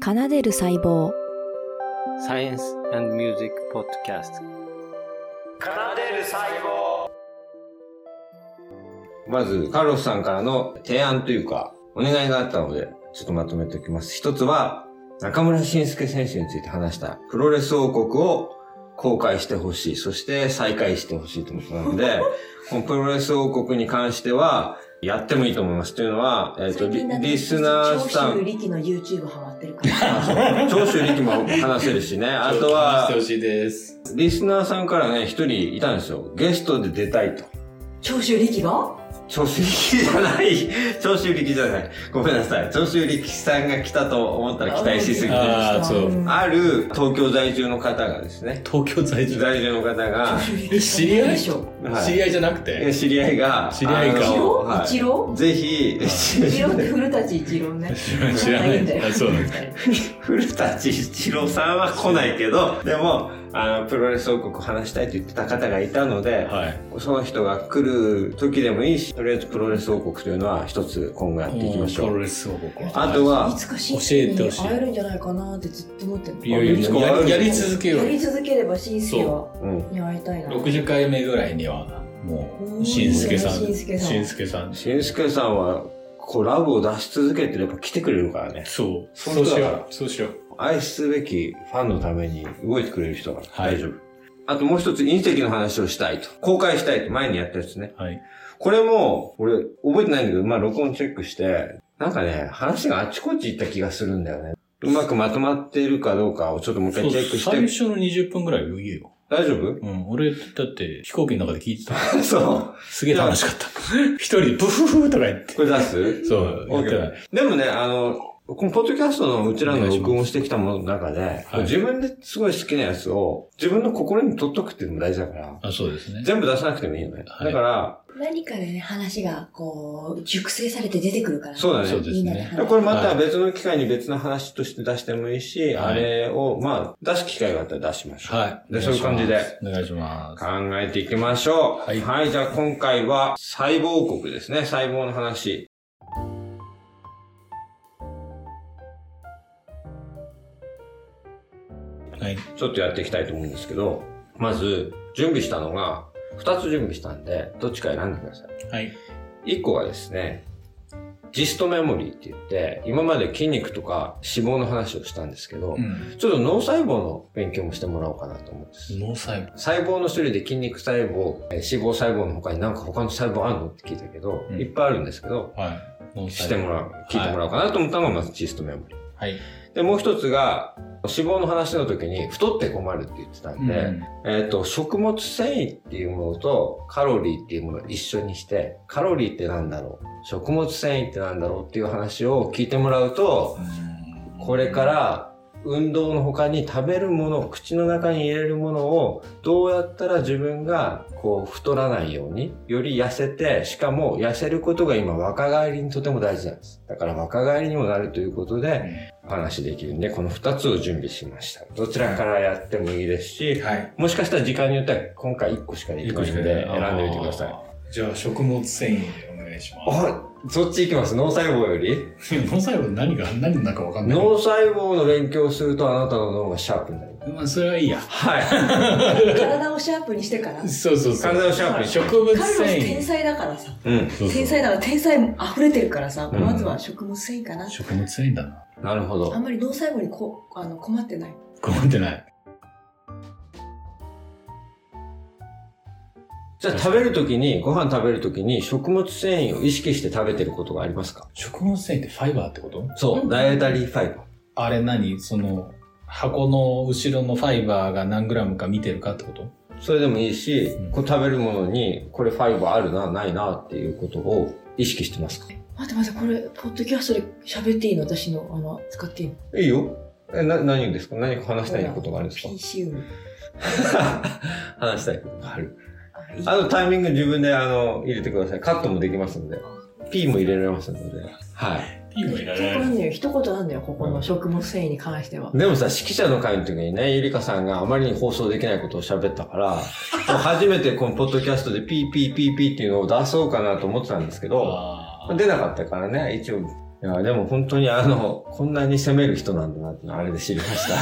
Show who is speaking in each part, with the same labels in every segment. Speaker 1: 奏でる細胞
Speaker 2: Science and Music Podcast
Speaker 3: 奏でる細胞
Speaker 4: まず、カルロスさんからの提案というか、お願いがあったので、ちょっとまとめておきます。一つは、中村晋介選手について話した、プロレス王国を公開してほしい、そして再開してほしいということなので、このプロレス王国に関しては、やってもいいと思います。というのは、えっ、と、リリスナーさ
Speaker 5: 長州
Speaker 4: ん、
Speaker 5: 力の YouTube ハマってるから。
Speaker 4: あそう長州力も話せるしね、あと は、リスナーさんからね、一人いたんですよ。ゲストで出たいと。
Speaker 5: 長州力が
Speaker 4: 長州力じゃない。長州力じゃない。ごめんなさい。長州力さんが来たと思ったら期待しすぎて。あ
Speaker 2: あーそうん
Speaker 4: る東京在住の方がですね。
Speaker 2: 東京在住
Speaker 4: 在住の方が
Speaker 5: 長、州力
Speaker 2: 知り合い
Speaker 5: でしょ。
Speaker 4: はい
Speaker 2: 知り合いじゃなく
Speaker 4: いや
Speaker 2: て
Speaker 4: 知り合いが、
Speaker 2: 知り合いが
Speaker 4: あ
Speaker 5: 一
Speaker 4: の
Speaker 5: 郎、
Speaker 4: は
Speaker 5: 一郎
Speaker 4: い、ぜひ、
Speaker 5: 一郎って古舘一郎ね。
Speaker 2: 知らない
Speaker 5: んだ よ、
Speaker 2: あそうなん
Speaker 4: 古舘一郎さんは来ないけど、でも、あの、プロレス王国話したいと言ってた方がいたので、
Speaker 2: はい
Speaker 4: その人が来る時でもいいし、とりあえずプロレス王国というのは一つ今後やっていきましょ
Speaker 2: プロ
Speaker 4: う。
Speaker 2: レス王国
Speaker 4: あとはい
Speaker 5: つか新
Speaker 2: 教え
Speaker 5: 生
Speaker 2: てほ
Speaker 5: に
Speaker 2: しい
Speaker 5: 会えるんじゃないかなってずっと思ってる。
Speaker 2: いやいや
Speaker 4: いつか
Speaker 2: やりやり続けよ
Speaker 5: や
Speaker 2: う
Speaker 5: り
Speaker 2: よ
Speaker 5: 続ければ新生は
Speaker 4: うん。
Speaker 5: に会いたいな。
Speaker 2: 60回目ぐらいにはも
Speaker 5: おー
Speaker 2: うしんすけさん
Speaker 5: しんすけさん
Speaker 2: しんすけさん
Speaker 4: しんすけさんはコラボを出し続けてれば来てくれるからね。
Speaker 2: そう
Speaker 4: そ
Speaker 2: そうう
Speaker 4: だ
Speaker 2: し
Speaker 4: から
Speaker 2: ようそうしよう
Speaker 4: 愛すべきファンのために動いてくれる人が
Speaker 2: はい
Speaker 4: 大丈夫。あともう一つ隕石の話をしたいと。公開したいと。前にやったやつね。
Speaker 2: はい
Speaker 4: これも、俺、覚えてないんだけど、まあ、録音チェックして、なんかね、話があちこち行った気がするんだよね。うまくまとまっているかどうかをちょっともう一
Speaker 2: そ
Speaker 4: 回
Speaker 2: う
Speaker 4: チェック
Speaker 2: 最
Speaker 4: して、
Speaker 2: 初の20分ぐらい余裕よ
Speaker 4: 大丈夫
Speaker 2: うん俺だって飛行機の中で聞いてた
Speaker 4: そう。
Speaker 2: すげえ楽しかった一人でブフフフとか言って
Speaker 4: これ出す
Speaker 2: そうやってない
Speaker 4: でもね、あの、このポッドキャストのうちらの録音してきたものの中で、
Speaker 2: はい
Speaker 4: 自分ですごい好きなやつを自分の心に取っとくっていうのも大事だから、
Speaker 2: あそうですね
Speaker 4: 全部出さなくてもいいよね。
Speaker 2: は
Speaker 4: だ
Speaker 2: い
Speaker 4: から、
Speaker 5: 何かでね、話がこう、熟成されて出てくるから。
Speaker 4: そうだ
Speaker 2: そう
Speaker 4: ね。
Speaker 2: です
Speaker 5: みんなで
Speaker 2: ね
Speaker 5: 話
Speaker 4: これまた別の機会に別の話として出してもいいし、
Speaker 2: はい
Speaker 4: あれを、まあ、出す機会があったら出しましょう。
Speaker 2: はい
Speaker 4: でそういう感じで
Speaker 2: お願いします
Speaker 4: 考えていきましょう。
Speaker 2: はい
Speaker 4: はい、じゃあ今回は細胞国ですね。細胞の話。
Speaker 2: はい
Speaker 4: ちょっとやっていきたいと思うんですけど、まず、準備したのが、2つ準備したんで、どっちか選んでください。
Speaker 2: はい
Speaker 4: 一個はですね、ジストメモリーって言って、今まで筋肉とか脂肪の話をしたんですけど、
Speaker 2: うん
Speaker 4: ちょっと脳細胞の勉強もしてもらおうかなと思うんです。
Speaker 2: 脳細胞
Speaker 4: 細胞の種類で筋肉細胞、えー脂肪細胞の他になんか他の細胞あるのって聞いたけど、
Speaker 2: うん
Speaker 4: いっぱいあるんですけど、
Speaker 2: はい脳細胞
Speaker 4: してもらう、聞いてもらおうかなと思ったのがまずジストメモリー。
Speaker 2: はい
Speaker 4: で、もう一つが、脂肪の話の時に太って困るって言ってたんで、
Speaker 2: うん
Speaker 4: えっ、と、食物繊維っていうものとカロリーっていうものを一緒にして、カロリーってなんだろう食物繊維ってなんだろうっていう話を聞いてもらうと、これから運動の他に食べるもの、口の中に入れるものをどうやったら自分がこう太らないように、より痩せて、しかも痩せることが今若返りにとても大事なんです。だから若返りにもなるということで、お話できるんで、この2つを準備しました。どちらからやってもいいですし、
Speaker 2: はい
Speaker 4: もしかしたら時間によっては今回1個しかできないんで選んでみてください。
Speaker 2: いじゃあ食物繊維でお願いします
Speaker 4: あそっち行きます脳細胞より
Speaker 2: 脳細胞何が何の中わかんない
Speaker 4: 脳細胞の勉強をするとあなたの脳がシャープになる。
Speaker 2: まあそれはいいや
Speaker 4: はい。
Speaker 5: 体をシャープにしてから。
Speaker 2: そうそうそう
Speaker 4: 体をシャープに
Speaker 2: 植物
Speaker 5: 彼ら
Speaker 2: 繊
Speaker 5: 天
Speaker 2: 維
Speaker 5: 才だからさ。
Speaker 4: うん。
Speaker 2: そうそう
Speaker 5: 天才だから天才溢れてるからさ、
Speaker 4: うん
Speaker 5: まずは食物繊維かな。
Speaker 2: 食物繊維だな
Speaker 4: なるほど
Speaker 5: あ。んまり脳細胞にこあの困ってない。
Speaker 2: 困ってない
Speaker 4: じゃあ食べるときに、ご飯食べるときに食物繊維を意識して食べてることがありますか
Speaker 2: 食物繊維ってファイバーってこと
Speaker 4: そうダイエタリーファイバー。
Speaker 2: あれ何その箱の後ろのファイバーが何グラムか見てるかってこと
Speaker 4: それでもいいし
Speaker 2: うん、
Speaker 4: こう食べるものに、これファイバーあるな、ないなっていうことを意識してますか
Speaker 5: 待って待って、これ、ポッドキャストで喋っていいの私の、あの、使っていいの
Speaker 4: いいよ。え、な、何ですか何か話したいことがあるん ですか
Speaker 5: ピンシウム。
Speaker 4: 話したいことがある。
Speaker 5: あいい
Speaker 4: あのタイミング自分であの入れてください。カットもできますんで。P も入れられますので。はい。
Speaker 2: いいのいら
Speaker 5: 一言あ
Speaker 2: ない
Speaker 5: んのよ、一言あんのよ、ここの食物繊維に関しては。
Speaker 4: でもさ、指揮者の会の時にね、ゆりかさんがあまりに放送できないことを喋ったから、もう初めてこのポッドキャストで P、P、P、P っていうのを出そうかなと思ってたんですけど、
Speaker 2: あー
Speaker 4: 出なかったからね、一応いや、でも本当にあの、こんなに攻める人なんだなってのはあれで知りました。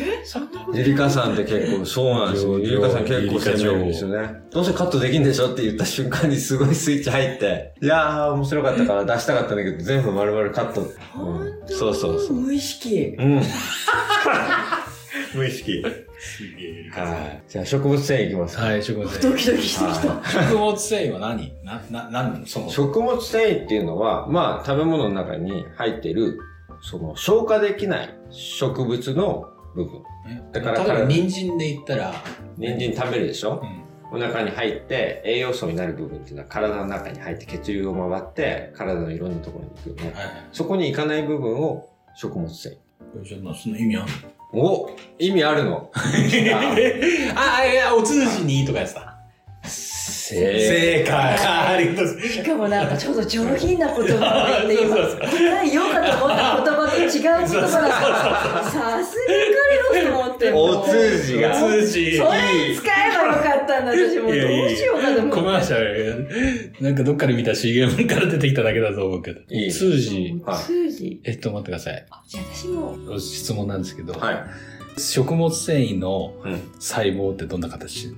Speaker 5: えそんなこと
Speaker 4: ゆりかさんって結構、そうなんですよ。
Speaker 2: 上
Speaker 4: ゆりかさん結
Speaker 2: 上
Speaker 4: 構攻めるんですよね。どうせカットできんでしょって言った瞬間にすごいスイッチ入って。いやー、面白かったから出したかったんだけど、全部丸々カット。
Speaker 5: 本当
Speaker 4: そうそうそう
Speaker 5: 無意識。
Speaker 4: うん。 無意識。はい。じゃあ植物繊維いきます。
Speaker 2: はい、食物繊
Speaker 5: ド
Speaker 2: 維。
Speaker 5: キドキしてき た。
Speaker 2: 食物繊維は何な、な、なんなのそもそも。
Speaker 4: 食物繊維っていうのは、まあ、食べ物の中に入ってる、その、消化できない植物の部分。だ
Speaker 2: だ
Speaker 4: か
Speaker 2: からら、例えば人参で言ったら、
Speaker 4: 人参食べるでしょ
Speaker 2: うん
Speaker 4: お腹に入って栄養素になる部分っていうのは体の中に入って血流を回って体のいろんなところに行くよね。
Speaker 2: はい。
Speaker 4: そこに行かない部分を食物繊維。
Speaker 2: ちょっと、その意味ある
Speaker 4: お意味ある の
Speaker 2: あ、あいや、お通じにとかやつだ。
Speaker 4: 正
Speaker 2: 正解。ありがとうございます。
Speaker 5: しかもなんかちょっと上品な言葉で 今
Speaker 2: そうそう
Speaker 5: 答えようかと思った言葉と違う言葉だったさすが彼のと思って
Speaker 4: お通じが
Speaker 2: お通じ。
Speaker 5: それ使えばよかったんだ私もう
Speaker 2: いやい
Speaker 5: ど
Speaker 2: や
Speaker 5: うしようかと
Speaker 2: コ
Speaker 5: 思
Speaker 2: マ
Speaker 5: っ
Speaker 2: ー
Speaker 5: て
Speaker 2: シャル、なんかどっかで見た CM から出てきただけだと思うけど。
Speaker 4: いい
Speaker 2: 通じ。
Speaker 5: お通じ
Speaker 2: えっと、待ってください。
Speaker 5: あじゃあ私も
Speaker 2: 質問なんですけど、
Speaker 4: はい。
Speaker 2: 食物繊維の
Speaker 4: うん
Speaker 2: 細胞ってどんな形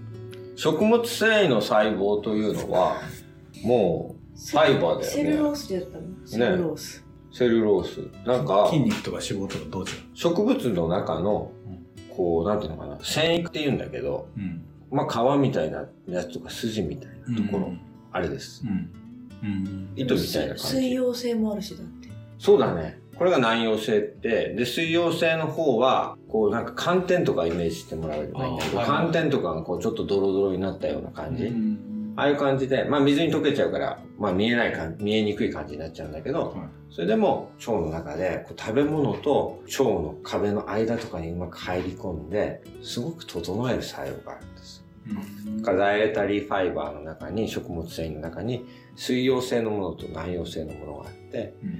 Speaker 4: 食物繊維の細胞というのは、も
Speaker 5: フ
Speaker 4: ァイバーだよね
Speaker 5: セルロースでやったのセルロース
Speaker 4: うセルロース。なんか、
Speaker 2: 筋肉とか脂肪とかどう違う
Speaker 4: 植物の中の
Speaker 2: うん、
Speaker 4: こう、なんていうのかな、繊維って言うんだけど、
Speaker 2: うん。
Speaker 4: まあ皮みたいなやつとか筋みたいなところ、
Speaker 2: うん。
Speaker 4: あれです。
Speaker 2: うん。
Speaker 4: 糸みたいな感じ。
Speaker 5: 水溶性もあるしだって
Speaker 4: そうだね。これが南洋性って、で、水溶性の方は、こうなんか寒天とかイメージしてもらえればいいんだけど、
Speaker 2: あーはい
Speaker 4: 寒天とかがこうちょっとドロドロになったような感じ。
Speaker 2: うん
Speaker 4: ああいう感じで、まあ水に溶けちゃうから、まあ見えない感じ、見えにくい感じになっちゃうんだけど、
Speaker 2: は
Speaker 4: それでも腸の中でこう食べ物と腸の壁の間とかにうまく入り込んで、すごく整える作用があるんです。だからダイエタリーファイバーの中に、食物繊維の中に、水溶性のものと南溶性のものがあって、
Speaker 2: うん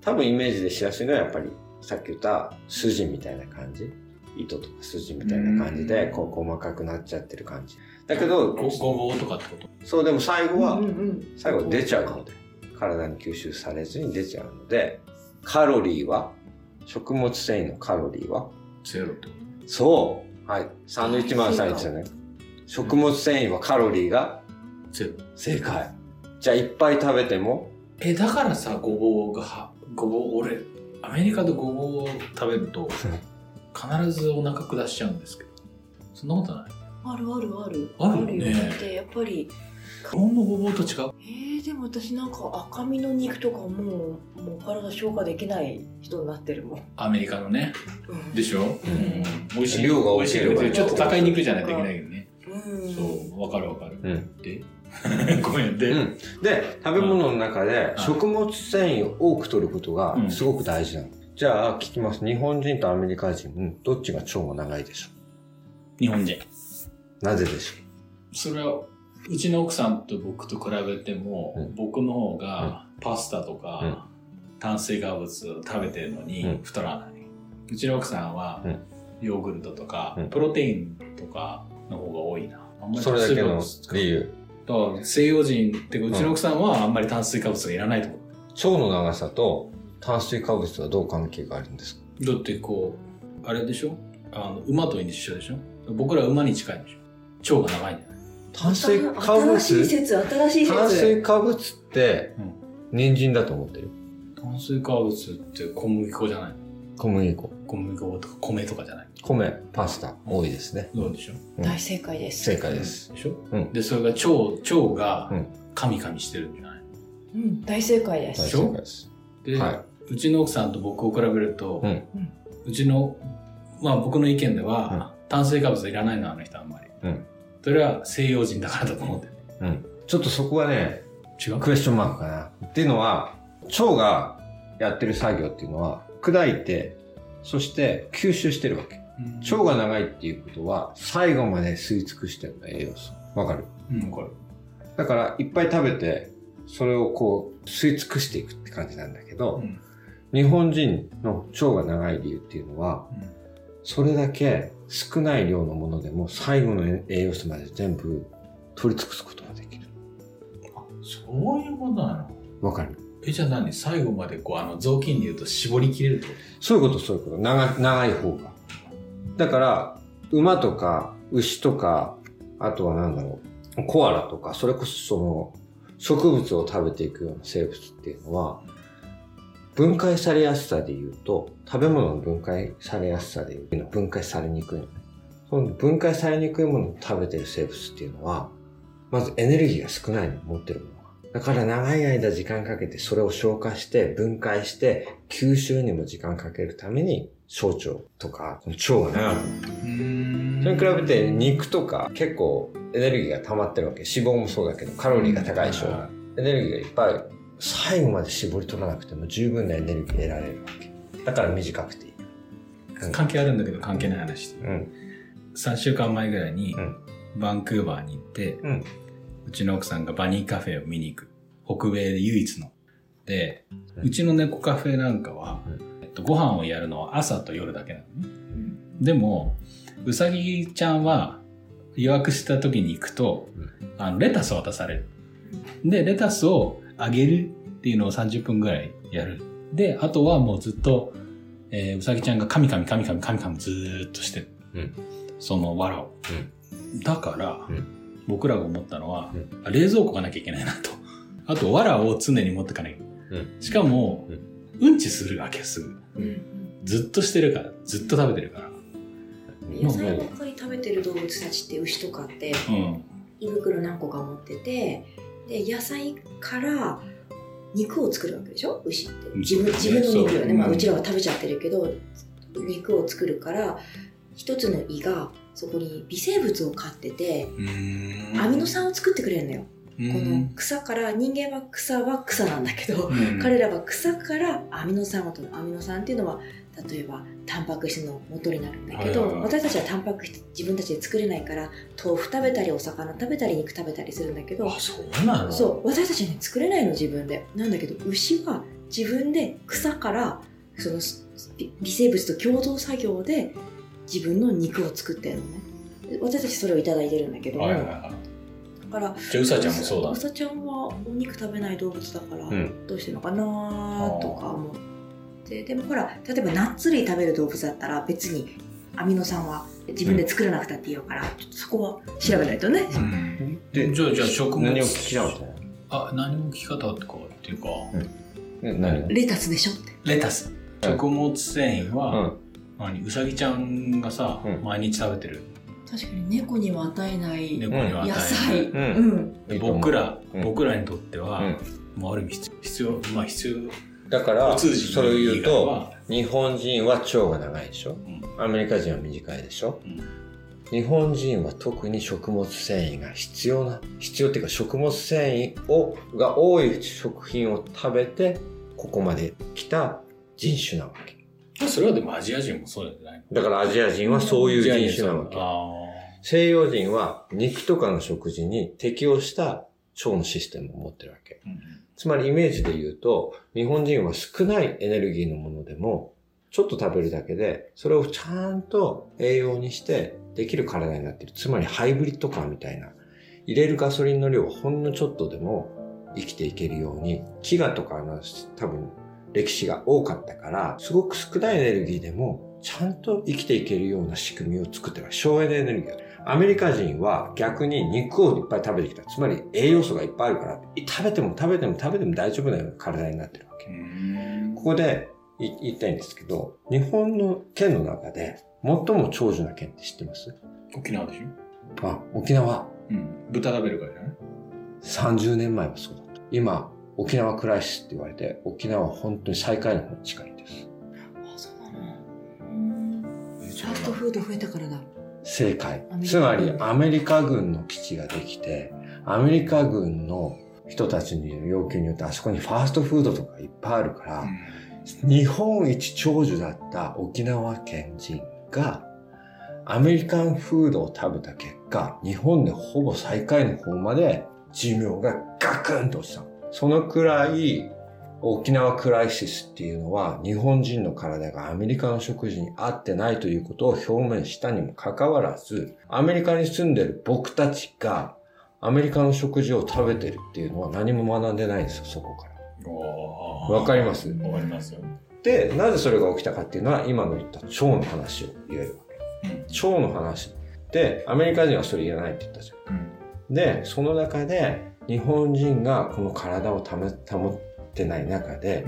Speaker 4: 多分イメージでしやすいのはやっぱりさっき言った筋みたいな感じ糸とか筋みたいな感じで
Speaker 2: うん
Speaker 4: こう細かくなっちゃってる感じだけど
Speaker 2: ごごぼうとかってこと
Speaker 4: そうでも最後は
Speaker 5: うんうん
Speaker 4: 最後出ちゃうので体に吸収されずに出ちゃうのでカロリーは食物繊維のカロリーは
Speaker 2: ゼロってこ
Speaker 4: そうはいサンドイッチマンさん言ってたね食物繊維はカロリーが
Speaker 2: とゼロ。
Speaker 4: 正解じゃあいっぱい食べても
Speaker 2: え、だからさ、ごぼうが、ごぼう、俺、アメリカでごぼうを食べると、必ずお腹下しちゃうんですけど、そんなことない
Speaker 5: あるあるある
Speaker 2: あるよね
Speaker 5: よだってやっぱり
Speaker 2: 日本のごぼうと違う
Speaker 5: えー、でも私なんか赤身の肉とかもうもう体消化できない人になってるもん、
Speaker 2: アメリカのね。
Speaker 5: うん
Speaker 2: でしょ、
Speaker 5: うん
Speaker 2: 美味しい。
Speaker 4: 量が
Speaker 2: 美
Speaker 4: 多
Speaker 2: 味
Speaker 4: け
Speaker 2: し
Speaker 4: れば
Speaker 2: い。ちょっと高い肉じゃないといけないけどね。
Speaker 5: うん、
Speaker 2: そう、わかるわかる。
Speaker 4: うん
Speaker 2: でごめん、で、
Speaker 4: うん、で食べ物の中で
Speaker 2: うん
Speaker 4: 食物繊維を多く取ることが
Speaker 2: うん
Speaker 4: すごく大事なの、じゃあ聞きます日本人とアメリカ人、うんどっちが腸が長いでしょ
Speaker 2: 日本人。
Speaker 4: うなぜでしょ
Speaker 2: それは、うちの奥さんと僕と比べても、
Speaker 4: うん
Speaker 2: 僕の方がパスタとか、炭水化物を食べてるの
Speaker 4: うん
Speaker 2: に太らない。うちの奥さんは、
Speaker 4: うん
Speaker 2: ヨーグルトとか、
Speaker 4: うん
Speaker 2: プロテインとかの方が多いな。あんま
Speaker 4: う
Speaker 2: り
Speaker 4: それだけの
Speaker 2: 糖分
Speaker 4: 理由
Speaker 2: だから西洋人っていうかうちの奥さんはあんまり炭水化物がいらないと思う。
Speaker 4: 腸の長さと炭水化物はどう関係があるんですか
Speaker 2: だってこうあれでしょあの馬と一緒でしょ僕ら馬に近いでしょ腸が長いんじゃない
Speaker 4: 炭水化
Speaker 5: 新しい
Speaker 4: 物
Speaker 5: 説新しい
Speaker 4: 炭
Speaker 5: 説
Speaker 4: 水化物って
Speaker 2: うん
Speaker 4: 人参だと思ってる
Speaker 2: 炭水化物って小麦粉じゃない
Speaker 4: 小麦粉
Speaker 2: 小麦粉とか米とかじゃない
Speaker 4: 米パスタ多いですね
Speaker 2: どうでしょ
Speaker 5: 大正解です
Speaker 4: 正解です
Speaker 2: でしょ、
Speaker 4: うん
Speaker 2: でそれが腸腸が
Speaker 4: うん
Speaker 2: カミカミしてるんじゃない
Speaker 5: うん大正解で
Speaker 4: 大
Speaker 5: す
Speaker 2: し
Speaker 4: 正
Speaker 2: ょ
Speaker 4: 解です
Speaker 2: で、
Speaker 4: は
Speaker 2: うちの奥さんと僕を比べると、
Speaker 4: う
Speaker 2: うんちのまあ僕の意見では、炭水化物いらないのあの人あんまり、
Speaker 4: うん
Speaker 2: それは西洋人だからだと思ってる
Speaker 4: い、うん、ちょっとそこはね
Speaker 2: 違う
Speaker 4: クエスチョンマークかな。っていうのは、腸がやってる作業っていうのは、砕いて、そして吸収してるわけ。腸が長いっていうことは、最後まで吸い尽くしてるんだ、栄養素。わかる
Speaker 2: うんこれ
Speaker 4: だから、いっぱい食べて、それをこう、吸い尽くしていくって感じなんだけど、
Speaker 2: うん
Speaker 4: 日本人の腸が長い理由っていうのは、それだけ少ない量のものでも、最後の栄養素まで全部取り尽くすことができる。
Speaker 2: あそういうことなの
Speaker 4: わかる
Speaker 2: えじゃあ何最後までこうあの雑巾で言うと絞り切れるってこ
Speaker 4: そういうこと、そういうこと。長長い方が。だから、馬とか牛とか、あとは何だろう、コアラとか、それこそその、植物を食べていくような生物っていうのは、分解されやすさで言うと、食べ物の分解されやすさで言うと、分解されにくいのね。その分解されにくいものを食べてる生物っていうのは、まずエネルギーが少ないの、持ってるものが。だから長い間時間かけてそれを消化して、分解して、吸収にも時間かけるために、小腸とか、腸が長く
Speaker 2: とうん
Speaker 4: それに比べて肉とか結構エネルギーが溜まってるわけ脂肪もそうだけどカロリーが高いでしょエネルギーがいっぱいある最後まで絞り取らなくても十分なエネルギー得られるわけだから短くていい、
Speaker 2: 関係あるんだけど関係ない話して
Speaker 4: うん、
Speaker 2: 3週間前ぐらいに
Speaker 4: うん
Speaker 2: バンクーバーに行って、
Speaker 4: うん
Speaker 2: うちの奥さんがバニーカフェを見に行く北米で唯一ので、
Speaker 4: う
Speaker 2: うんちの猫カフェなんかは、
Speaker 4: うん
Speaker 2: えっと、ご飯をやるのは朝と夜だけなのね、でもうさぎちゃんは予約した時に行くと、
Speaker 4: うん
Speaker 2: あのレタスを渡されるでレタスをあげるっていうのを30分ぐらいやるであとはもうずっと、えーうさぎちゃんがカミカミカミカミカミカミずーっとしてるその藁を、だから、
Speaker 4: うん
Speaker 2: 僕らが思ったのは、
Speaker 4: うん
Speaker 2: あ冷蔵庫がなきゃいけないなとあと藁を常に持ってかなきゃ、
Speaker 4: う
Speaker 2: しかも、
Speaker 4: う
Speaker 2: うん、ちするわけすぐ
Speaker 5: うん
Speaker 2: ずっとしてるからずっと食べてるから
Speaker 5: うん野菜ばっかり食べてる動物たちって牛とかって
Speaker 2: うん
Speaker 5: 胃袋何個か持っててで野菜から肉を作るわけでしょ牛って自分自分の肉よ
Speaker 2: そう
Speaker 5: ね、まあ、
Speaker 2: うん
Speaker 5: うちらは食べちゃってるけど肉を作るから一つの胃がそこに微生物を飼ってて
Speaker 2: うーん
Speaker 5: アミノ酸を作ってくれるんだよ、
Speaker 2: うん
Speaker 5: この草から人間は草は草なんだけど、
Speaker 2: うん
Speaker 5: 彼らは草からアミノ酸を取るアミノ酸っていうのは例えばタンパク質の元になるんだけど、
Speaker 2: はいはいはい
Speaker 5: 私たちはタンパク質自分たちで作れないから豆腐食べたりお魚食べたり肉食べたりするんだけど
Speaker 2: あそうなの
Speaker 5: そう私たちはね作れないの自分でなんだけど牛は自分で草からそのす微微生物と共同作業で自分の肉を作ってるのねで私たちそれをいただいてるんだけども、
Speaker 2: はいはいは
Speaker 5: だから
Speaker 2: いじゃあうさちゃんもそうだ
Speaker 5: ウサちゃんはお肉食べない動物だから、
Speaker 4: ん
Speaker 5: どうしてるのかなーとか思ってでもほら例えばナッツ類食べる動物だったら別にアミノ酸は自分で作らなくたっていいから、ちょっとそこは調べないとね、
Speaker 2: うん
Speaker 4: で
Speaker 2: じゃあじゃあ食物
Speaker 4: 何を聞きなかったの
Speaker 2: あ何も聞き方ってかっていうか
Speaker 4: え何
Speaker 5: レタスでしょって
Speaker 2: レタス食物繊維は、何うさぎちゃんがさ、
Speaker 4: うん
Speaker 2: 毎日食べてる
Speaker 5: 確かに猫には与えない
Speaker 2: 猫には与え
Speaker 5: 野
Speaker 2: ない
Speaker 5: 菜、
Speaker 4: う
Speaker 5: うんん
Speaker 4: うん
Speaker 2: 僕ら、
Speaker 4: うん
Speaker 2: 僕らにとっては、
Speaker 4: うん
Speaker 2: もうある意味必要必要まあ必
Speaker 4: だか
Speaker 2: 要
Speaker 4: ら
Speaker 2: 通じ
Speaker 4: それを言うと日本人は腸が長いでしょアメリカ人は短いでしょ日本人は特に食物繊維が必要な必要っていうか食物繊維をが多い食品を食べてここまで来た人種なわけ
Speaker 2: それはでもアジア人もそうじゃない
Speaker 4: だからアジア人はそういう人種なわけ
Speaker 2: あ
Speaker 4: 西洋人は肉とかの食事に適応した腸のシステムを持ってるわけ
Speaker 2: ー
Speaker 4: つまりイメージで言うと、日本人は少ないエネルギーのものでも、ちょっと食べるだけで、それをちゃんと栄養にしてできる体になってる。つまりハイブリッドカーみたいな。入れるガソリンの量をほんのちょっとでも生きていけるように、飢餓とかの多分歴史が多かったから、すごく少ないエネルギーでも、ちゃんと生きていけるような仕組みを作ってる。省エネエネルギーだアメリカ人は逆に肉をいっぱい食べてきた。つまり栄養素がいっぱいあるから、食べても食べても食べても大丈夫なような体になってるわけ。
Speaker 2: うん
Speaker 4: ここでい言いたいんですけど、日本の県の中で最も長寿な県って知ってます
Speaker 2: 沖縄でしょ、
Speaker 4: あ、沖縄。
Speaker 2: うん、豚食べるからじゃない
Speaker 4: 30年前はそうだった。今、沖縄クライシスって言われて、沖縄は本当に最下位の方に近いんです。
Speaker 5: あそうなのうんファストフード増えたからだ
Speaker 4: 正解
Speaker 5: アメリカ軍
Speaker 4: つまりアメリカ軍の基地ができてアメリカ軍の人たちの要求によってあそこにファーストフードとかいっぱいあるから、日本一長寿だった沖縄県人がアメリカンフードを食べた結果日本でほぼ最下位の方まで寿命がガクンと落ちたそのくらい沖縄クライシスっていうのは日本人の体がアメリカの食事に合ってないということを表明したにもかかわらずアメリカに住んでる僕たちがアメリカの食事を食べてるっていうのは何も学んでないんですよそこから
Speaker 2: わ
Speaker 4: わかります
Speaker 2: わかりますよ。
Speaker 4: で、なぜそれが起きたかっていうのは、今の言った腸の話を言えるわけ。腸の話。で、アメリカ人はそれ言えないって言ったじゃ
Speaker 2: うん
Speaker 4: ん。で、その中で、日本人がこの体を保保ってない中で、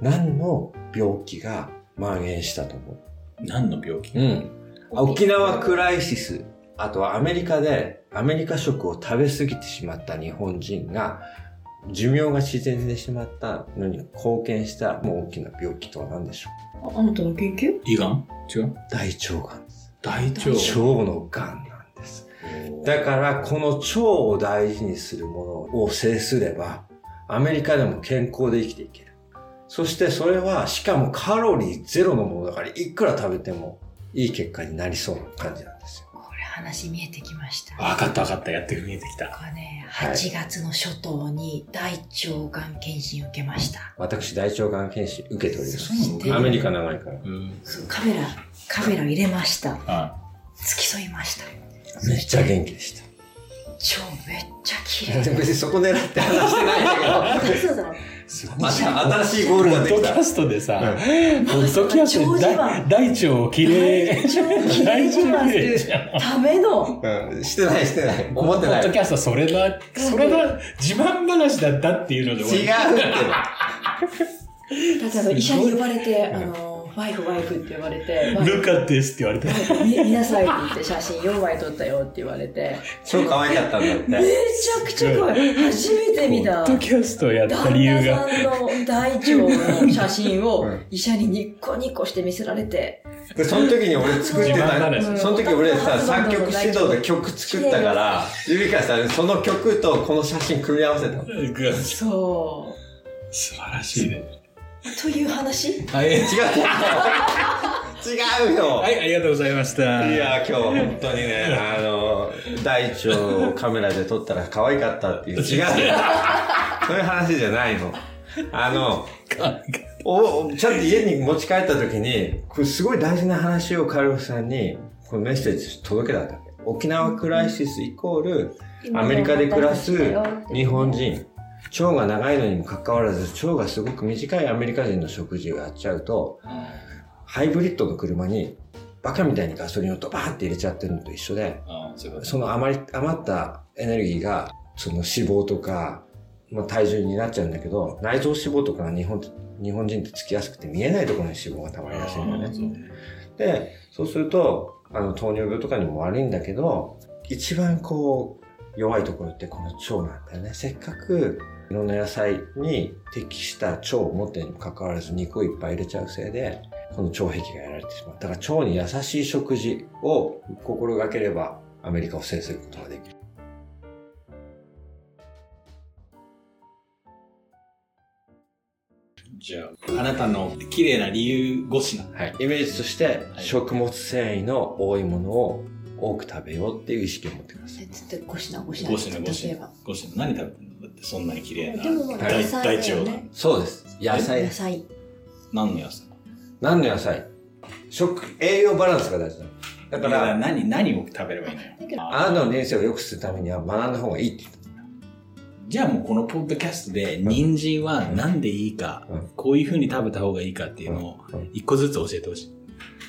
Speaker 4: 何の病気が蔓延したと思う
Speaker 2: 何の病気
Speaker 4: うん。沖縄クライシス。あとはアメリカで、アメリカ食を食べ過ぎてしまった日本人が、寿命が縮んでしまったのに貢献したもう大きな病気とは何でしょ
Speaker 5: あなたの研究
Speaker 2: 胃がん違う
Speaker 4: う大腸がんです。
Speaker 2: 大腸。
Speaker 4: 腸のがんなんです。だから、この腸を大事にするものを制すれば、アメリカでも健康で生きていける。そしてそれは、しかもカロリーゼロのものだから、いくら食べてもいい結果になりそうな感じなんですよ。
Speaker 5: これ話見えてきました
Speaker 2: わかったわかった。やって見えてきた。
Speaker 5: 僕はね
Speaker 4: はい
Speaker 5: 8月の初頭に大腸がん検診受けました、
Speaker 4: 私大腸がん検診受けておりま
Speaker 5: そ
Speaker 4: す
Speaker 5: して
Speaker 4: アメリカ長いから
Speaker 2: うん。
Speaker 5: そうカメラカメラを入れました
Speaker 2: は
Speaker 5: 付き添いました
Speaker 4: めっちゃ元気でした
Speaker 5: 超めっちゃ綺 麗
Speaker 4: 別にそこ狙って話してないんだけ
Speaker 5: そうだ
Speaker 4: どまた新しいゴール
Speaker 2: い。ポ
Speaker 4: が
Speaker 2: ッ
Speaker 4: でき
Speaker 2: ドキ
Speaker 4: た
Speaker 2: ャストでさ、ポ
Speaker 5: ま
Speaker 2: ッ
Speaker 5: さ
Speaker 2: ド
Speaker 5: か
Speaker 2: キャストで
Speaker 5: 長寿
Speaker 2: 大
Speaker 5: 番
Speaker 2: 大腸をきれい。大
Speaker 5: 大
Speaker 2: 腸
Speaker 5: 腸を
Speaker 2: き
Speaker 5: きれい
Speaker 2: れい
Speaker 5: にす
Speaker 2: じゃん。
Speaker 5: るための
Speaker 4: うん、してないしてない思って
Speaker 2: ポ
Speaker 4: な
Speaker 2: ッド
Speaker 4: い
Speaker 2: キャストそれだ、それだ、自慢話だったっていうので
Speaker 4: 違
Speaker 2: 終わ
Speaker 4: うって
Speaker 5: 例えば医者に呼ばれてあのワイフワイフって呼ばれて
Speaker 2: り。ルカですって言われて。
Speaker 5: 見見なさいって言って写真4枚撮ったよって言われて
Speaker 4: 超可愛かったんだっ
Speaker 5: め
Speaker 4: て
Speaker 5: ちゃくちゃ可愛い初めて見
Speaker 2: ポ
Speaker 5: た
Speaker 2: ッドキャストをやった
Speaker 5: 旦
Speaker 2: 理由
Speaker 5: 那
Speaker 2: が。
Speaker 5: さんの大腸の写真を
Speaker 4: うん
Speaker 5: 医者にニッコニコして見せられて
Speaker 4: でその時に俺作って
Speaker 2: 自
Speaker 4: た
Speaker 2: 慢話
Speaker 4: その時俺さ作曲指導で曲作ったからゆりかさんその曲とこの写真組み合わせた の違う
Speaker 5: そ
Speaker 2: 素晴らしいね。
Speaker 5: うという話
Speaker 2: はい。
Speaker 4: 違うよ
Speaker 2: はい、ありがとうございました。
Speaker 4: いやー今日本当にねあの大腸をカメラで撮ったら可愛かったって いう違うそういう話じゃないのあの
Speaker 2: か、
Speaker 4: おちゃんと家に持ち帰った時にこれすごい大事な話をカルロスさんにこのメッセージ届けたんだけ沖縄クライシスイコールアメリカで暮らす日本人腸が長いのにもかかわらず腸がすごく短いアメリカ人の食事をやっちゃうとハイブリッドの車にバカみたいにガソリンをドバーって入れちゃってるのと一緒で、
Speaker 2: あーそういうこと
Speaker 4: その余り余ったエネルギーが、その脂肪とか、まあ、体重になっちゃうんだけど、内臓脂肪とかが日本、日本人ってつきやすくて見えないところに脂肪が溜まりやすいんだよ
Speaker 2: あー
Speaker 4: ね。
Speaker 2: そう
Speaker 4: で、そうすると、あの、糖尿病とかにも悪いんだけど、一番こう、弱いところってこの腸なんだよね。せっかく、いろんな野菜に適した腸を持ってるにもかかわらず肉をいっぱい入れちゃうせいで、この腸壁がやられてしまう。だから腸に優しい食事を心がければ、アメリカを制することができる。
Speaker 2: じゃあ、あなたの綺麗な理由5品。
Speaker 4: はい、イメージとして、
Speaker 2: はい
Speaker 4: 食物繊維の多いものを多く食べようっていう意識を持ってください。
Speaker 5: 絶対5品5品
Speaker 2: 5品、5
Speaker 5: 例え
Speaker 2: 品
Speaker 5: ば。
Speaker 2: 5品。何食べてんのだってそんなに綺麗な。
Speaker 5: でもまあ
Speaker 2: 大
Speaker 5: 野菜
Speaker 2: 大
Speaker 5: だ
Speaker 2: 腸
Speaker 5: よね
Speaker 2: が。
Speaker 4: そうです。野菜で
Speaker 5: 野
Speaker 4: す。
Speaker 5: 菜
Speaker 2: 何の野菜
Speaker 4: 何の野菜食、栄養バランスが大事なの。だか
Speaker 2: だから
Speaker 4: ら、
Speaker 2: 何、何を食べればいいのよ。
Speaker 5: だけど
Speaker 4: あなたの人生を良くするためには学んだ方がいいって言って
Speaker 2: じゃあもうこのポッドキャストで、人参は何でいいか
Speaker 4: うん、
Speaker 2: こういう風に食べた方がいいかっていうのを
Speaker 4: うん、
Speaker 2: 一個ずつ教えてほしい。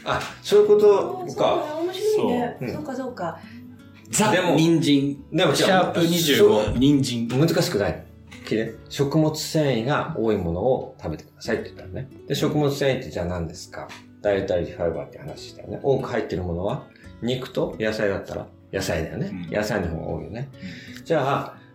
Speaker 4: た。あ、そういうこと
Speaker 5: そう
Speaker 4: か。
Speaker 5: だ面白いね
Speaker 4: そううん
Speaker 5: そうかそうか
Speaker 2: ザ
Speaker 4: で・も
Speaker 2: 人参。
Speaker 4: でも
Speaker 2: シャープ25、人参。
Speaker 4: 難しくない。きれい食物繊維が多いものを食べてくださいって言ったのね。で、食物繊維ってじゃあ何ですかダイエタリーファイバーって話したよね。多く入ってるものは肉と野菜だったら野菜だよね。
Speaker 2: うん
Speaker 4: 野菜の方が多いよね。じゃあ、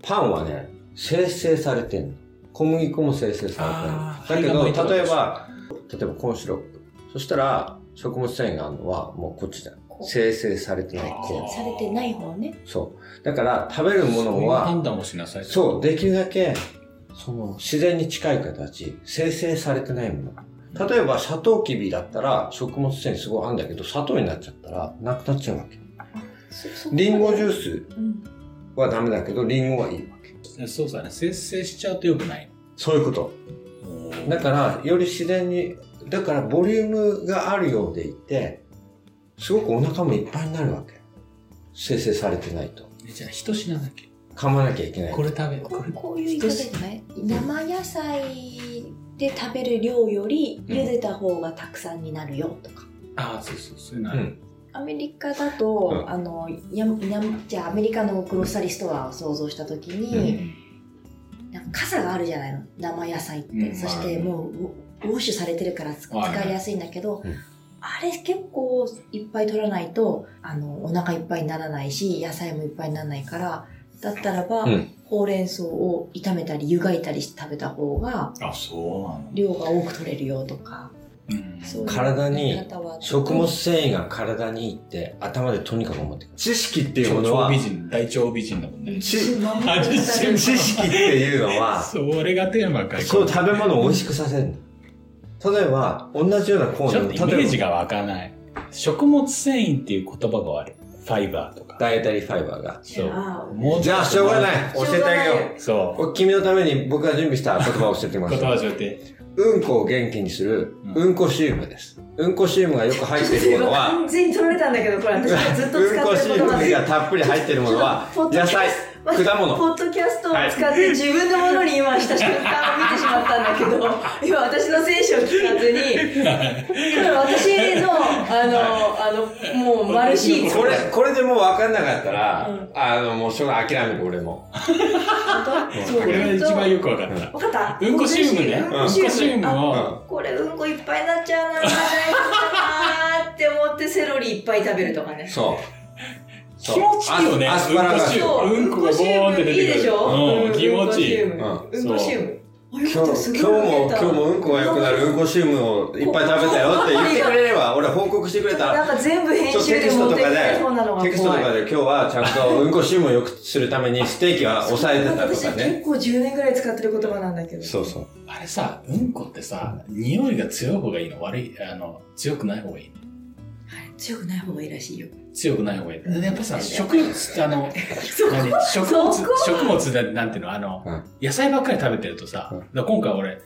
Speaker 4: パンはね、生成されてんの。小麦粉も生成さ
Speaker 2: あー
Speaker 4: れてる
Speaker 2: 胚
Speaker 4: の。
Speaker 2: が向
Speaker 4: だ
Speaker 2: い
Speaker 4: け
Speaker 2: た
Speaker 4: ど、
Speaker 2: こと
Speaker 4: 例えば、例えばコーンシロップ。そしたら、食物繊維があるのはもうこっちだ。生成されてない
Speaker 2: あ
Speaker 4: こ
Speaker 2: ー
Speaker 4: う。
Speaker 5: されてない方ね
Speaker 4: そう。だから、食べるものは、
Speaker 2: 判断をしなさい。
Speaker 4: そう、できるだけ、その、自然に近い形、生成されてないもの。例えば、サトウキビだったら、食物繊維すごいあるんだけど、砂糖になっちゃったら、なくなっちゃうわけ。リンゴジュ
Speaker 5: ー
Speaker 4: ース
Speaker 5: ス、うん
Speaker 4: はダメだけど、リンゴはいいわけ。
Speaker 2: そうさね、節制しちゃうと良くない。
Speaker 4: そういうこと。だから、より自然に、だから、ボリュームがあるようでいて、すごくお腹もいっぱいになるわけ。生成されてないと。
Speaker 2: じゃあ一品だけ。
Speaker 4: 噛まなきゃいけない
Speaker 2: これ食べ、こ
Speaker 1: こ
Speaker 2: れ。
Speaker 1: こういう言い方じゃない生野菜で食べる量より茹でた方がたくさんになるよとか、
Speaker 2: ああ、そうそう、そういうのあ
Speaker 4: う
Speaker 2: る
Speaker 4: ん
Speaker 1: アメリカだと、
Speaker 4: うん
Speaker 1: あのややじゃあアメリカのグロッサリーストアを想像した時に、なんか傘があるじゃないの生野菜って、
Speaker 2: うん
Speaker 1: そしてもうウォウォッシュされてるから使
Speaker 2: はい
Speaker 1: 使いやすいんだけど、
Speaker 4: うん
Speaker 1: あれ結構いっぱい取らないとあのお腹いっぱいにならないし野菜もいっぱいにならないからだったらば、
Speaker 4: うん
Speaker 1: ほうれん草を炒めたり湯がいたりして食べた方が
Speaker 2: あ、そうなの
Speaker 1: 量が多く取れるよとか
Speaker 2: うん
Speaker 1: そういう
Speaker 4: 体に
Speaker 1: やり方は
Speaker 4: 食物繊維が体にいって頭でとにかく思ってくる知識っていうもの
Speaker 2: 超
Speaker 4: は
Speaker 2: 美人、大腸美人だもんね。
Speaker 4: 知
Speaker 2: あ知識
Speaker 4: 知識っていうのは
Speaker 2: それがテーマかい。
Speaker 4: そう食べ物を美味しくさせるの例えば同じようなコー
Speaker 2: ち
Speaker 4: ナ
Speaker 2: ょっ
Speaker 4: ー例
Speaker 2: とイ
Speaker 4: えば
Speaker 2: メージが湧かない。食物繊維っていう言葉が悪い。ファイバーとか。
Speaker 4: ダイエタリーファイバーが
Speaker 2: そう。
Speaker 5: あ
Speaker 2: も。
Speaker 4: じゃあしょうがないい教えてあげよう
Speaker 2: そう。
Speaker 4: お君のために僕が準備した言葉を教えてみま
Speaker 2: 言
Speaker 4: す
Speaker 2: 葉を教えて。
Speaker 4: うんこを元気にする
Speaker 2: う
Speaker 4: うんこシウムですうんこシウムがよく入っているものは
Speaker 5: 完全に取られたんだけどこれ
Speaker 4: うん
Speaker 5: 私がずっと使
Speaker 4: こ
Speaker 5: っ
Speaker 4: シ
Speaker 5: てる
Speaker 4: ウ
Speaker 5: 言葉
Speaker 4: ム
Speaker 5: で
Speaker 4: がたっぷり入っているものは
Speaker 5: ポッドキ
Speaker 4: 野
Speaker 5: ャスト
Speaker 4: 菜果
Speaker 5: ポ
Speaker 4: 物
Speaker 5: ッドキャストを使って自分のものに今した瞬間を見てしまったんだけど、今私の精子を聞かずに、これ私の、あの、あの、もう丸シーツ。
Speaker 4: これこれでもう分かんなかったら、
Speaker 5: うん
Speaker 4: あのもうしょうがない諦める俺も
Speaker 2: これが一番よくわか
Speaker 4: う
Speaker 2: っ
Speaker 5: 分かった
Speaker 2: た。うんこシウムね。うん
Speaker 4: うん
Speaker 2: こ
Speaker 5: こシウム
Speaker 2: シウム
Speaker 4: う
Speaker 2: を。
Speaker 4: ん
Speaker 5: これうんこいっぱいになっちゃうな、大丈夫かなって思ってセロリいっぱい食べるとかね。
Speaker 4: そう
Speaker 2: 気持ちいいよね。
Speaker 4: アスパラガス
Speaker 5: そう
Speaker 2: うんこがボーンって出てくる。
Speaker 5: いいでしょ
Speaker 2: うん、気持ちいい。
Speaker 5: うんこシウム。うんこシウム。あよ
Speaker 4: 今
Speaker 5: か
Speaker 4: 日今
Speaker 5: ったす
Speaker 4: 日
Speaker 5: ごい
Speaker 4: も今
Speaker 5: 増えた
Speaker 4: 日もうんこが良くなるうんこシウムをいっぱい食べたよって言ってくれれば俺報告してくれた
Speaker 5: な
Speaker 4: ら
Speaker 5: んか全部編集で持ってきてそうなのが怖い。
Speaker 4: テキストとかで今日はちゃんとうんこシウムを良くするためにステーキは抑えてたと
Speaker 5: 私
Speaker 4: かね
Speaker 5: 結構10年ぐらい使ってる言葉なんだけど。
Speaker 4: そうそう
Speaker 2: あれさ、うんこってさ、匂いが強い方がいいの悪い、あの、強くない方がいいの
Speaker 5: 強くない方がいいらしいよ。
Speaker 2: 強くない方がいいの。やっぱさ、食物、あの、何食物、
Speaker 5: そ
Speaker 2: 食物だなんていうの、あの、
Speaker 4: うん
Speaker 2: 野菜ばっかり食べてるとさ、
Speaker 4: うん
Speaker 2: だから今回俺、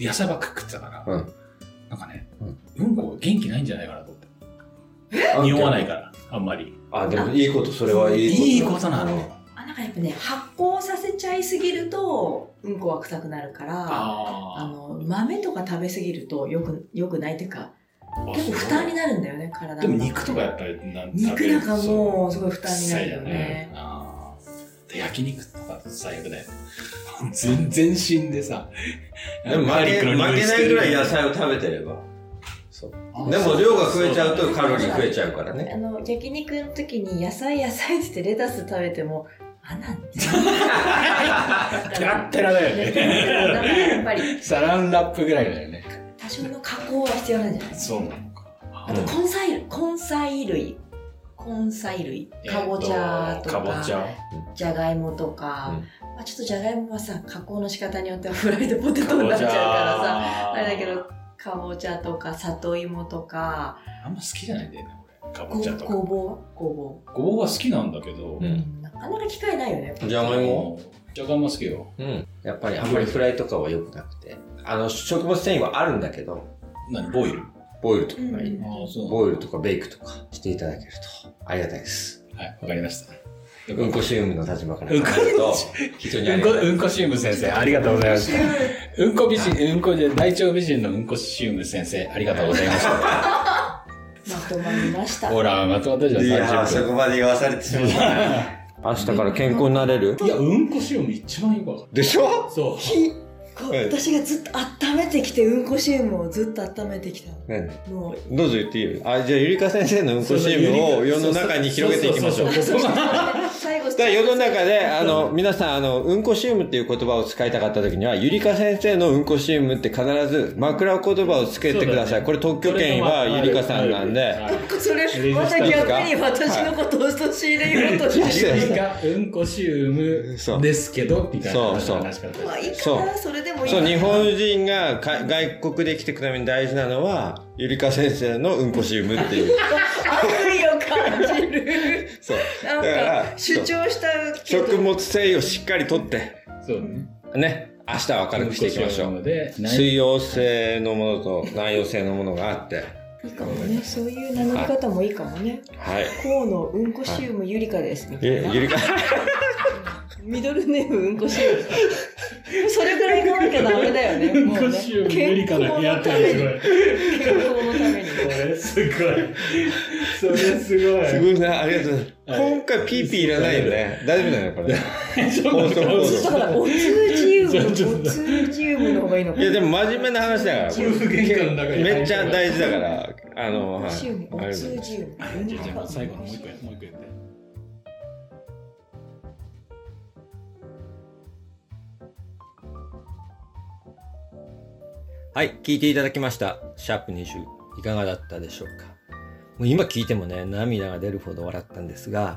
Speaker 2: 野菜ばっかり食ってたから、
Speaker 4: うん
Speaker 2: なんかね、
Speaker 4: うん
Speaker 2: うんこが元気ないんじゃないかなと思って。匂わないから、あんまり。
Speaker 4: あでもいいことそれはいいこと
Speaker 2: いいことなの。
Speaker 5: あなんかやっぱね発酵させちゃいすぎるとうんこは臭くなるからあ
Speaker 2: あ
Speaker 5: の豆とか食べすぎるとよくよくないっていうか
Speaker 2: あ。
Speaker 5: 結構負担に
Speaker 2: な
Speaker 5: なるんだよね体の
Speaker 2: でも肉とかやっぱりな
Speaker 5: 肉なんかもうすごい負
Speaker 2: 負
Speaker 5: 担になるよね。
Speaker 2: あーで焼肉とか最悪だよ。全然身でさ。
Speaker 4: でも負け負けないぐらい野菜を食べてればでも量が増えちゃうとカロリー増えちゃうからね
Speaker 1: あの焼肉の時に野菜野菜って言ってレタス食べてもあなんて
Speaker 2: ペラッペラだよ
Speaker 1: ペラッペ ラだ
Speaker 2: ね。
Speaker 1: ねやっぱり
Speaker 2: サランラップぐらいだよね。
Speaker 5: 多少の加工は必要なんじゃない
Speaker 2: そうなのか。
Speaker 5: あと根菜根菜類根菜類かぼちゃと
Speaker 2: かぼ
Speaker 5: か
Speaker 2: ちゃ。
Speaker 5: じゃがいもとか
Speaker 4: うん、
Speaker 5: まあ、ちょっとじゃがいもはさ加工の仕方によってはフライドポテ
Speaker 2: か
Speaker 5: トに
Speaker 2: ぼ
Speaker 5: なっ
Speaker 2: ち
Speaker 5: ちゃうからさ
Speaker 2: ゃ。
Speaker 5: あれだけど。かぼちゃとか里芋とか
Speaker 2: あんま好きじゃないんだよね、俺。か
Speaker 5: ご
Speaker 2: ぼちゃとか。
Speaker 5: ごぼうごぼ
Speaker 2: ごぼうは好きなんだけど
Speaker 4: う。ん
Speaker 5: うなかなか機会ないよね
Speaker 4: じゃがいも
Speaker 2: じゃがいも好きよ。
Speaker 4: うんやっぱりあんまりフライとかは良くなくてあの食物繊維はあるんだけど
Speaker 2: 何ボイル
Speaker 4: ボイルとかがいい、
Speaker 5: うん
Speaker 2: ああ、そう。
Speaker 4: ボイルとかベイクとかしていただけるとありがたいです
Speaker 2: はい、わかりました。
Speaker 4: うんこシウムの立場から考えると非常にあ
Speaker 2: うん
Speaker 4: り
Speaker 2: こ、
Speaker 4: がたい
Speaker 2: うんこシウム先生、ありがとうございました。うんこ美人、うんこで大腸美人のうんこシウム先生、ありがとうございました。
Speaker 1: まとまりま した
Speaker 2: ほら、まとまったじゃん、
Speaker 4: いやー
Speaker 2: 30
Speaker 4: そ
Speaker 2: 分。
Speaker 4: こまで言わされてしまったね明日から健康になれる
Speaker 2: いや、うんこシウム一番いいわ。
Speaker 4: でしょ
Speaker 2: そ
Speaker 5: こう私がずっと温めてきてうんこシウムをずっと温めてきた
Speaker 4: 何
Speaker 5: の もう
Speaker 4: どうぞ言っていいよあじゃあゆりか先生のう
Speaker 2: う。
Speaker 4: んこシームを世の中に広げていきましょう
Speaker 2: そうそうそうそう
Speaker 5: 最
Speaker 4: だ
Speaker 5: 後
Speaker 4: から世の中で、あの、皆さん、あの、うんこシウムっていう言葉を使いたかった時には、ゆりか先生のうんこシウムって必ず枕言葉をつけてください。これ特許権はゆりかさんなんで。
Speaker 2: はい
Speaker 5: それ
Speaker 2: レジ
Speaker 5: ま
Speaker 2: スタ
Speaker 5: た
Speaker 2: ンス
Speaker 5: 逆に私のことを陥れようと
Speaker 4: はい
Speaker 5: してる
Speaker 2: ゆりかうんこシウムですけど、みたいな話
Speaker 4: そうそう
Speaker 2: 話し方
Speaker 5: まあいい
Speaker 4: そ
Speaker 5: か
Speaker 4: う
Speaker 5: なそれでもいい
Speaker 4: そう、日本人がか外国で生きていくために大事なのは、ゆりか先生のうんこシウムって いう。
Speaker 5: 悪意を感じる
Speaker 4: そう。
Speaker 5: な
Speaker 4: だから
Speaker 5: んか主張したけど
Speaker 4: 食物繊維をしっかりとって、
Speaker 2: そうね。
Speaker 4: ね、明日は明るくしていきましょ
Speaker 2: うんこシウム
Speaker 4: う。
Speaker 2: で、
Speaker 4: 水溶性のものと南溶性のものがあって、
Speaker 5: いいかもねそういう名乗り方もいいかもね
Speaker 4: はい。
Speaker 5: 河野うんこシウムゆりかですみたい
Speaker 4: え
Speaker 5: な
Speaker 4: ゆりか、
Speaker 5: ミドルネームうんこしゅう。それぐらいがなきゃダメだよね。
Speaker 2: うん
Speaker 5: もう
Speaker 2: こ
Speaker 5: ね
Speaker 2: しゅう無理かな。やったらすごい。
Speaker 5: 健康のために。
Speaker 2: これすごい。それすごい。
Speaker 6: すごいな、ありがとうございます。
Speaker 2: はい
Speaker 6: 今回ピーピーいらないよね。大丈夫だよ、これ。
Speaker 2: ちょっ
Speaker 6: 放送
Speaker 2: と
Speaker 6: コー
Speaker 5: だから、お通じユーム、お
Speaker 2: ちょっと
Speaker 5: 通じユームの方がいいのか
Speaker 6: ド。
Speaker 5: な。
Speaker 6: いや、でも真面目な話だから。こ
Speaker 2: 夫
Speaker 6: れ
Speaker 2: 婦喧嘩の中に。
Speaker 6: めっちゃ大事だから。あの、はい。
Speaker 5: シウム、
Speaker 6: あ
Speaker 5: お
Speaker 6: りがとうござい
Speaker 5: 通
Speaker 6: ます
Speaker 5: じユーム。
Speaker 2: じゃあじゃあ最後のもう一個やもう一個やって。
Speaker 4: はい、聞いていただきました。シャープ20、いかがだったでしょうか。もう今聞いてもね、涙が出るほど笑ったんですが、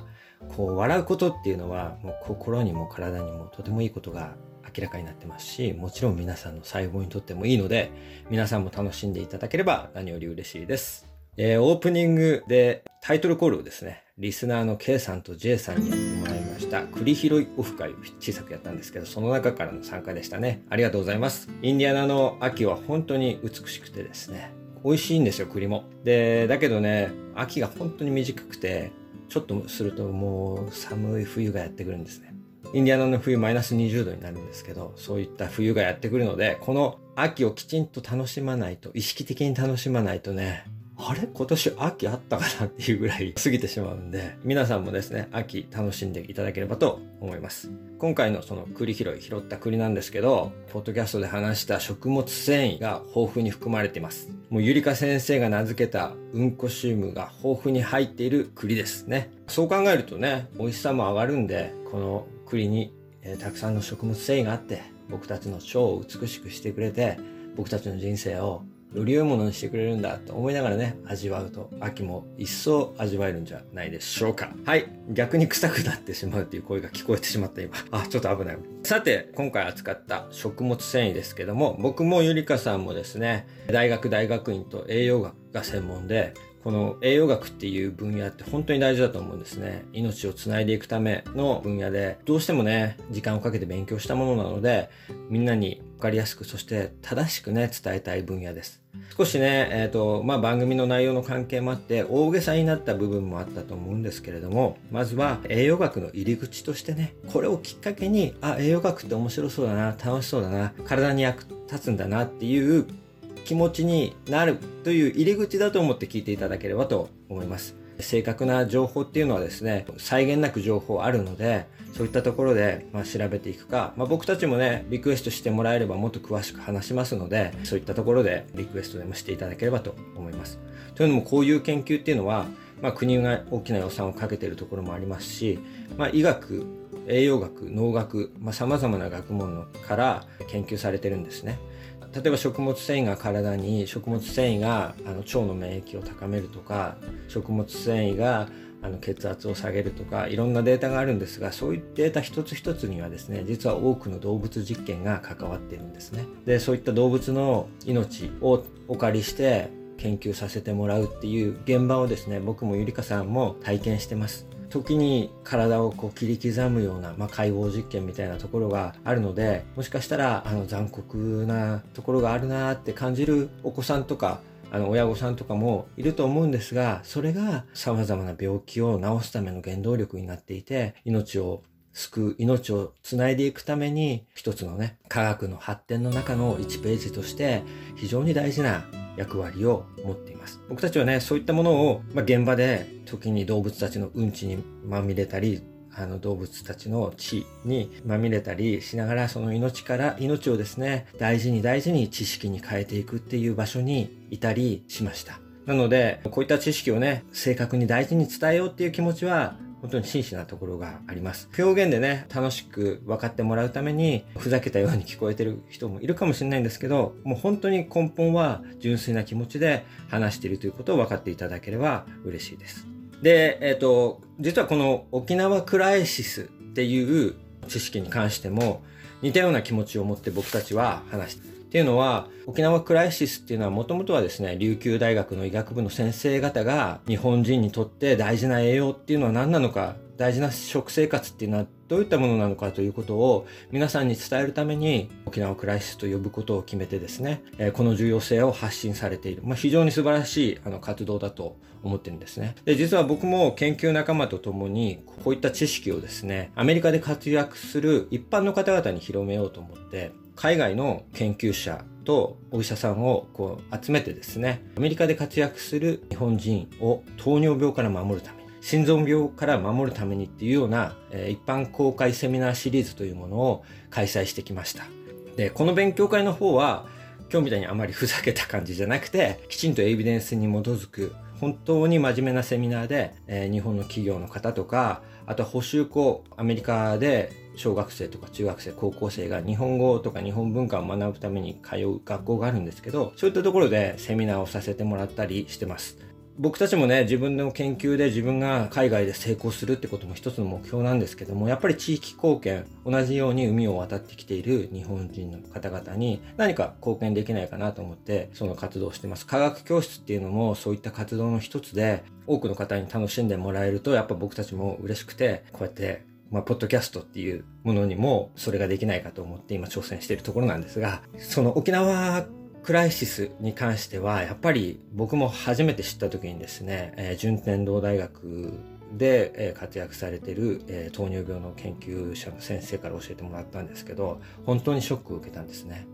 Speaker 4: こう、笑うことっていうのは、もう心にも体にもとてもいいことが明らかになってますし、もちろん皆さんの細胞にとってもいいので、皆さんも楽しんでいただければ何より嬉しいです。えーオープニングでタイトルコールをですね、リスナーの K さんと J さんにやってもらいました、栗拾いオフ会を小さくやったんですけど、その中からの参加でしたね。ありがとうございます。インディアナの秋は本当に美しくてですね、美味しいんですよ、栗も。で、だけどね、秋が本当に短くて、ちょっとするともう寒い冬がやってくるんですね。インディアナの冬マイナス20度になるんですけど、そういった冬がやってくるので、この秋をきちんと楽しまないと、意識的に楽しまないとね、あれ今年秋あったかなっていうぐらい過ぎてしまうんで、皆さんもですね、秋楽しんでいただければと思います。今回のその栗拾い、拾った栗なんですけど、ポッドキャストで話した食物繊維が豊富に含まれています。もうゆりか先生が名付けたうんこシウムが豊富に入っている栗ですね。そう考えるとね、美味しさも上がるんで、この栗に、えーたくさんの食物繊維があって、僕たちの腸を美しくしてくれて、僕たちの人生をより良いものにしてくれるんだと思いながらね、味わうと、秋も一層味わえるんじゃないでしょうか。はい。逆に臭くなってしまうという声が聞こえてしまった今。あ、ちょっと危ない。さて、今回扱った食物繊維ですけども、僕もゆりかさんもですね、大学大学院と栄養学が専門で、この栄養学っていう分野って本当に大事だと思うんですね。命をつないでいくための分野で、どうしてもね、時間をかけて勉強したものなので、みんなに分かりやすく、そして正しくね、伝えたい分野です。少しね、えっ、と、まあ、番組の内容の関係もあって、大げさになった部分もあったと思うんですけれども、まずは栄養学の入り口としてね、これをきっかけに、あ、栄養学って面白そうだな、楽しそうだな、体に役立つんだなっていう気持ちになるという入り口だと思って聞いていただければと思います。正確な情報っていうのはですね、際限なく情報あるので、そういったところで、まあ、調べていくか、まあ、僕たちもね、リクエストしてもらえればもっと詳しく話しますので、そういったところでリクエストでもしていただければと思います。というのも、こういう研究っていうのは、まあ、国が大きな予算をかけているところもありますし、まあ、医学、栄養学、農学、まあ、様々な学問から研究されてるんですね。例えば食物繊維が体に食物繊維があの腸の免疫を高めるとか食物繊維があの血圧を下げるとかいろんなデータがあるんですがそういうデータ一つ一つにはですね実は多くの動物実験が関わっているんですねでそういった動物の命をお借りして研究させてもらうっていう現場をですね僕もゆりかさんも体験してます時に体をこう切り刻むような、まあ、解剖実験みたいなところがあるのでもしかしたらあの残酷なところがあるなーって感じるお子さんとかあの親御さんとかもいると思うんですがそれがさまざまな病気を治すための原動力になっていて命を救う命をつないでいくために一つのね科学の発展の中の1ページとして非常に大事な役割を持っています僕たちはねそういったものを、まあ、現場で時に動物たちのうんちにまみれたりあの動物たちの血にまみれたりしながらその命から命をですね大事に大事に知識に変えていくっていう場所にいたりしましたなのでこういった知識をね正確に大事に伝えようっていう気持ちは本当に真摯なところがあります。表現でね、楽しく分かってもらうために、ふざけたように聞こえてる人もいるかもしれないんですけど、もう本当に根本は純粋な気持ちで話しているということを分かっていただければ嬉しいです。で、えっ、と、実はこの沖縄クライシスっていう知識に関しても、似たような気持ちを持って僕たちは話して、ってっていうのは沖縄クライシスっていうのはもともとはですね琉球大学の医学部の先生方が日本人にとって大事な栄養っていうのは何なのか大事な食生活っていうのはどういったものなのかということを皆さんに伝えるために沖縄クライシスと呼ぶことを決めてですね、えーこの重要性を発信されている、まあ、非常に素晴らしいあの活動だと思ってるんですねで実は僕も研究仲間と共にこういった知識をですねアメリカで活躍する一般の方々に広めようと思って海外の研究者とお医者さんをこう集めてですねアメリカで活躍する日本人を糖尿病から守るために心臓病から守るためにっていうような、えー一般公開セミナーシリーズというものを開催してきましたでこの勉強会の方は今日みたいにあまりふざけた感じじゃなくてきちんとエビデンスに基づく本当に真面目なセミナーで、えー日本の企業の方とかあとは補修校アメリカで小学生とか中学生高校生が日本語とか日本文化を学ぶために通う学校があるんですけどそういったところでセミナーをさせてもらったりしてます僕たちもね自分の研究で自分が海外で成功するってことも一つの目標なんですけどもやっぱり地域貢献同じように海を渡ってきている日本人の方々に何か貢献できないかなと思ってその活動をしてます科学教室っていうのもそういった活動の一つで多くの方に楽しんでもらえるとやっぱ僕たちも嬉しくてこうやってまあ、ポッドキャストっていうものにもそれができないかと思って今挑戦しているところなんですが、その沖縄クライシスに関しては、やっぱり僕も初めて知った時にですね、えー順天堂大学で、えー活躍されてる、えー糖尿病の研究者の先生から教えてもらったんですけど、本当にショックを受けたんですね。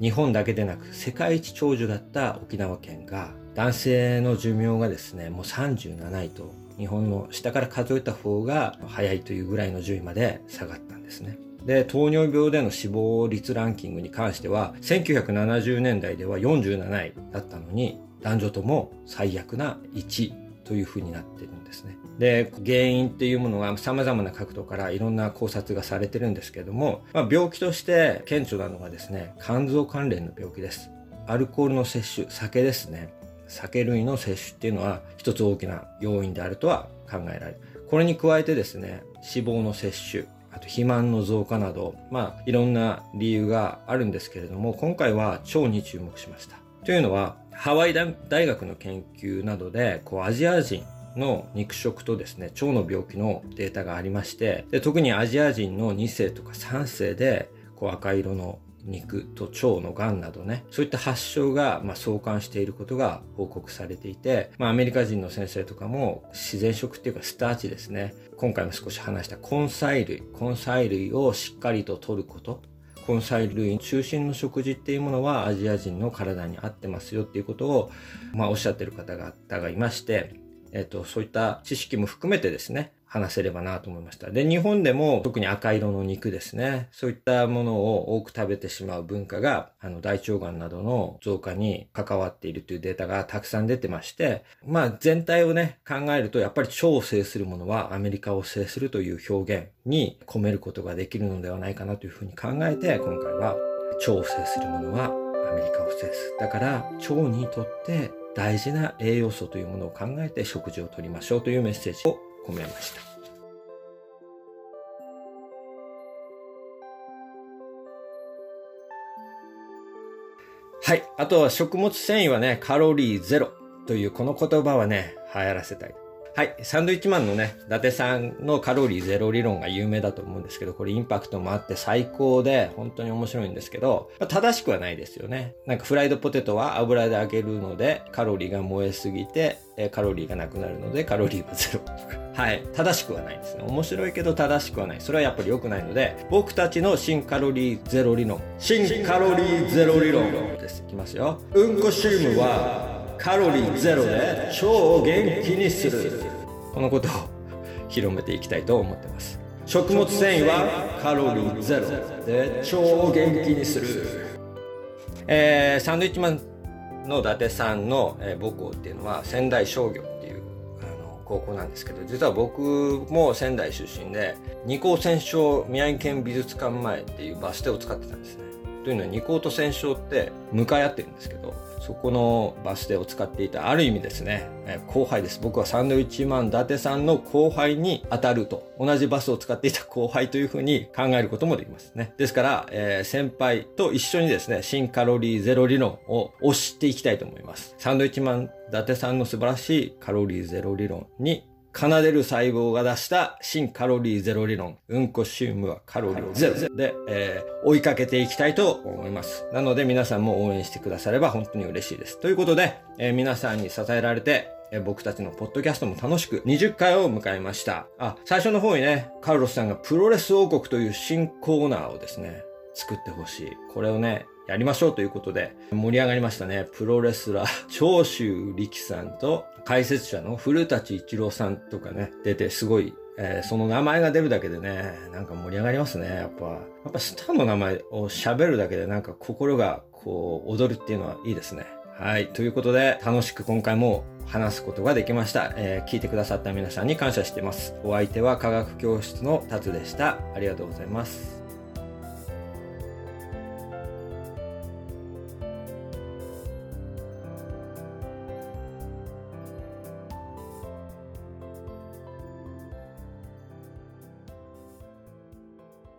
Speaker 4: 日本だけでなく世界一長寿だった沖縄県が男性の寿命がですねもう37位と日本の下から数えた方が早いというぐらいの順位まで下がったんですね。で糖尿病での死亡率ランキングに関しては1970年代では47位だったのに男女とも最悪な1位というふうになってるんですね。で原因っていうものが様々な角度からいろんな考察がされてるんですけれども、まあ、病気として顕著なのがですね肝臓関連の病気です。アルコールの摂取酒ですね酒類の摂取っていうのは一つ大きな要因であるとは考えられるこれに加えてですね脂肪の摂取あと肥満の増加などまあいろんな理由があるんですけれども今回は腸に注目しましたというのはハワイ大学の研究などでこうアジア人の肉食とですね腸の病気のデータがありましてで特にアジア人の2世とか3世でこう赤色の肉と腸のがんなどねそういった発症が、まあ、相関していることが報告されていて、まあ、アメリカ人の先生とかも自然食っていうかスターチですね今回も少し話した根菜類根菜類をしっかりと摂ること根菜類中心の食事っていうものはアジア人の体に合ってますよっていうことを、まあ、おっしゃってる方々がいましてえっと、そういった知識も含めてですね、話せればなと思いました。で、日本でも特に赤色の肉ですね、そういったものを多く食べてしまう文化が、あの、大腸がんなどの増加に関わっているというデータがたくさん出てまして、まあ、全体をね、考えると、やっぱり腸を制するものはアメリカを制するという表現に込めることができるのではないかなというふうに考えて、今回は、腸を制するものはアメリカを制す。だから、腸にとって大事な栄養素というものを考えて食事をとりましょうというメッセージを込めました。はい。あとは食物繊維はね、カロリーゼロというこの言葉はね、流行らせたい。はい。サンドイッチマンのね、伊達さんのカロリーゼロ理論が有名だと思うんですけど、これインパクトもあって最高で本当に面白いんですけど、まあ正しくはないですよね。なんかフライドポテトは油で揚げるので、カロリーが燃えすぎて、えーカロリーがなくなるので、カロリーはゼロとか。はい。正しくはないですね。面白いけど正しくはない。それはやっぱり良くないので、僕たちの新カロリーゼロ理論。新カロリーゼロ理論です。いきますよ。うんこシウムは、カロリーゼロで腸を元気にするこのことを広めていきたいと思ってます食物繊維はカロリーゼロで腸を元気にする、えーサンドウィッチマンの伊達さんのえー母校っていうのは仙台商業っていうあの高校なんですけど実は僕も仙台出身で二高専賞宮城県美術館前っていうバス停を使ってたんですねというのは二高と戦勝って向かい合ってるんですけどそこのバス停を使っていたある意味ですねえー後輩です僕はサンドウィッチマン伊達さんの後輩に当たると同じバスを使っていた後輩というふうに考えることもできますねですから、えー先輩と一緒にですね新カロリーゼロ理論を推していきたいと思いますサンドウィッチマン伊達さんの素晴らしいカロリーゼロ理論に奏でる細胞が出した新カロリーゼロ理論、うんこシウムはカロリーゼロで、えー追いかけていきたいと思います。なので皆さんも応援してくだされば本当に嬉しいです。ということで、えー皆さんに支えられて、えー僕たちのポッドキャストも楽しく20回を迎えました。あ、最初の方にね、カルロスさんがプロレス王国という新コーナーをですね、作ってほしい。これをね、やりましょうということで、盛り上がりましたね。プロレスラー、 長州力さんと、解説者の古舘一郎さんとかね、出てすごい、えーその名前が出るだけでね、なんか盛り上がりますね、やっぱ。やっぱスターの名前を喋るだけでなんか心がこう、踊るっていうのはいいですね。はい。ということで、楽しく今回も話すことができました。えー聞いてくださった皆さんに感謝しています。お相手は科学教室の達でした。ありがとうございます。